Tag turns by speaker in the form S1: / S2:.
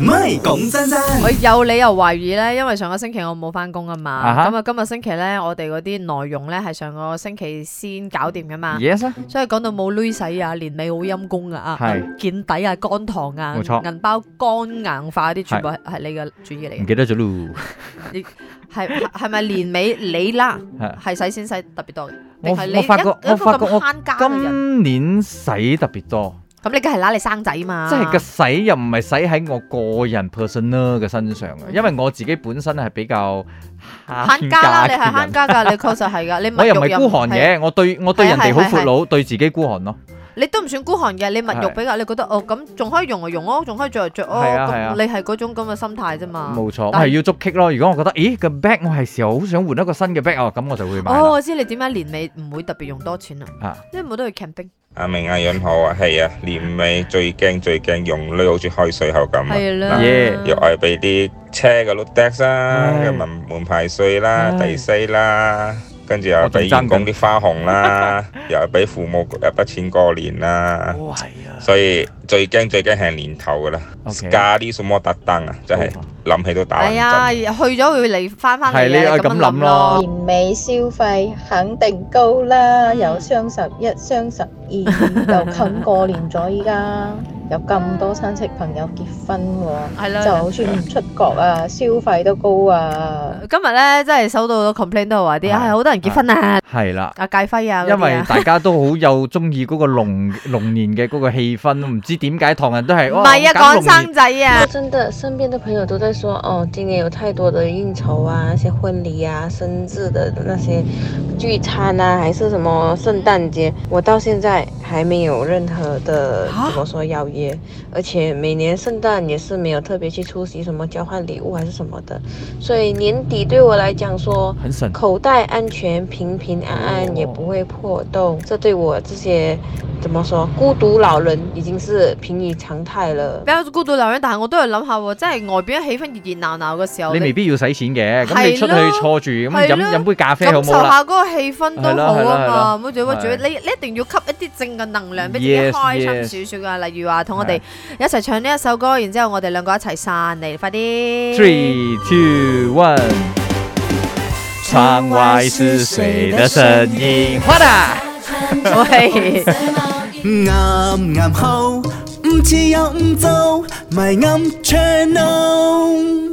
S1: 唔係講真真，
S2: 我有理由懷疑咧，因為上個星期我冇翻工啊
S3: 啊
S2: 嘛，
S3: 哈
S2: 咁啊今日星期咧，我哋嗰啲內容咧係上個星期先搞掂噶嘛，
S3: Yes 啊，
S2: 所以講到冇女使啊，年尾好陰功啊，啊
S3: 係
S2: 見底啊，乾糖啊，
S3: 冇錯
S2: 銀包乾硬化啲，全部係係你嘅主意嚟
S3: 唔
S2: 嘅，
S3: 記得咗咯。
S2: 係係咪年尾你啦，
S3: 係
S2: 係使錢使特別多嘅，定
S3: 我
S2: 係你
S3: 我發
S2: 一
S3: 覺
S2: 一個
S3: 我發覺
S2: 咁
S3: 我
S2: 慳家嘅人，
S3: 今年使特別多，
S2: 咁你梗係揦你生仔嘛，
S3: 即係個使又唔係使喺我個人 personal 嘅身上嘅，因為我自己本身係比較
S2: 慳家啦，你係
S3: 嘅
S2: 慳
S3: 人。
S2: 家㗎，你確實係㗎，你物
S3: 我又唔
S2: 慾
S3: 係孤寒
S2: 係啊
S3: 嘅，我對我對
S2: 係啊
S3: 人哋好
S2: 係係
S3: 闊佬，對自己孤寒咯。
S2: 你都唔算孤寒嘅，你物欲
S3: 係
S2: 比較，你覺得哦咁仲可以用就用咯，仲可以着就着咯，
S3: 係啊係
S2: 咁
S3: 啊
S2: 你係嗰種咁嘅心態啫嘛。
S3: 冇錯，我
S2: 但係
S3: 係要捉棘咯。如果我覺得，咦個 bag 我係時候好想換一個新嘅 bag 啊，咁我就會買
S2: 哦，
S3: 啦。
S2: 我知你點解年尾唔會特別用多錢啦，
S3: 啊，
S2: 因為冇得去 camping。
S4: 阿明阿潤好啊，係啊，年尾最驚最驚用女好似開水喉咁啊，
S2: 係啦
S4: 嗱
S3: Yeah，
S4: 又愛俾啲車嘅 l o t a x 啦，
S3: 唉
S4: 嘅門門牌税啦、
S3: 唉
S4: 地税啦，跟住又
S3: 我
S4: 係
S3: 仲
S4: 俾
S3: 爭緊
S4: 員工啲花紅 啦，又係俾父母一筆錢過年啦，
S3: 哦係啊
S4: 所以最驚最驚係年頭噶啦
S3: OK
S4: 加啲什麼特登啊，真係
S3: 好
S4: 諗起都打冷
S2: 係
S4: 震
S2: 啊，。去咗會嚟翻翻嚟
S3: 係
S2: 嘅，
S3: 你係
S2: 咁
S3: 咁
S2: 諗
S3: 諗
S2: 咯
S3: 咯。
S5: 年尾消費肯定高啦，
S2: 嗯
S5: 由雙十一、雙 十二又近過年咗，依家有咁多親戚朋友結婚 喎，
S2: 係啦。
S5: 就算唔出國啊，消費都高啊。
S2: 今日咧真係收到個 complain 都係話啲，
S3: 係
S2: 係好多人結婚啊，
S3: 係啦。
S2: 阿介輝啊嗰
S3: 因
S2: 啲
S3: 為
S2: 啊。
S3: 大家都好有中意嗰個龍龍年嘅嗰個氣氛，唔知點解唐人都係
S2: 唔係啊，
S3: 講
S2: 講生仔啊
S6: 说，真的，身边的朋友都在说，哦，今年有太多的应酬啊，那些婚礼啊、生日的那些聚餐啊，还是什么圣诞节，我到现在还没有任何的
S2: 啊
S6: 怎么说邀约，而且每年圣诞也是没有特别去出席什么交换礼物还是什么的，所以年底对我来讲说。
S3: 很神，
S6: 口袋安全，平平安安，也不会破洞。这对我这些怎么说孤独老人已经是平以常态了
S2: 比。較孤獨留人，但係我都係諗下喎，即係外邊氣氛熱熱鬧鬧嘅時候，
S3: 你未必要使錢嘅，咁你
S2: 係
S3: 出
S2: 咯
S3: 去坐住，咁
S2: 係
S3: 飲
S2: 咯
S3: 飲杯咖啡
S2: 感
S3: 好
S2: 受
S3: 冇啦？
S2: 下嗰個氣氛都
S3: 係啦
S2: 好
S3: 係啦係
S2: 啊嘛，
S3: 啦
S2: 唔好做乜做乜，
S3: 係
S2: 你你一定要吸一啲正嘅能量俾自己
S3: Yes,
S2: 開心少少噶，例如話同我哋一
S3: 係
S2: 齊唱呢一首歌，然之後我哋兩個一齊散嚟，快啲
S3: Three, two, one。窗外是谁的身影？哗啦！
S2: 喂，
S1: 嗯啱啱好，唔似又唔做，咪啱 channel。